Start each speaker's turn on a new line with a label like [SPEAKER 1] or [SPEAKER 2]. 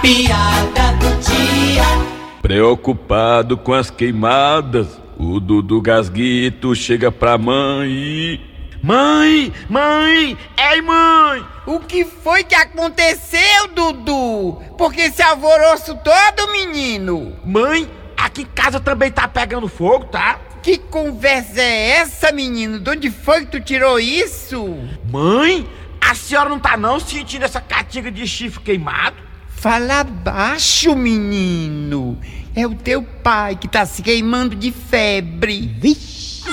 [SPEAKER 1] piada do dia.
[SPEAKER 2] Preocupado com as queimadas, o Dudu Gasguito chega pra mãe e. Mãe! Mãe! Ei, mãe!
[SPEAKER 3] O que foi que aconteceu, Dudu? Porque esse alvoroço todo, menino?
[SPEAKER 2] Mãe! Aqui em casa também tá pegando fogo, tá?
[SPEAKER 3] Que conversa é essa, menino? De onde foi que tu tirou isso?
[SPEAKER 2] Mãe! A senhora não tá não sentindo essa catinga de chifre queimado?
[SPEAKER 3] Fala baixo, menino. É o teu pai que tá se queimando de febre.
[SPEAKER 4] Vixe!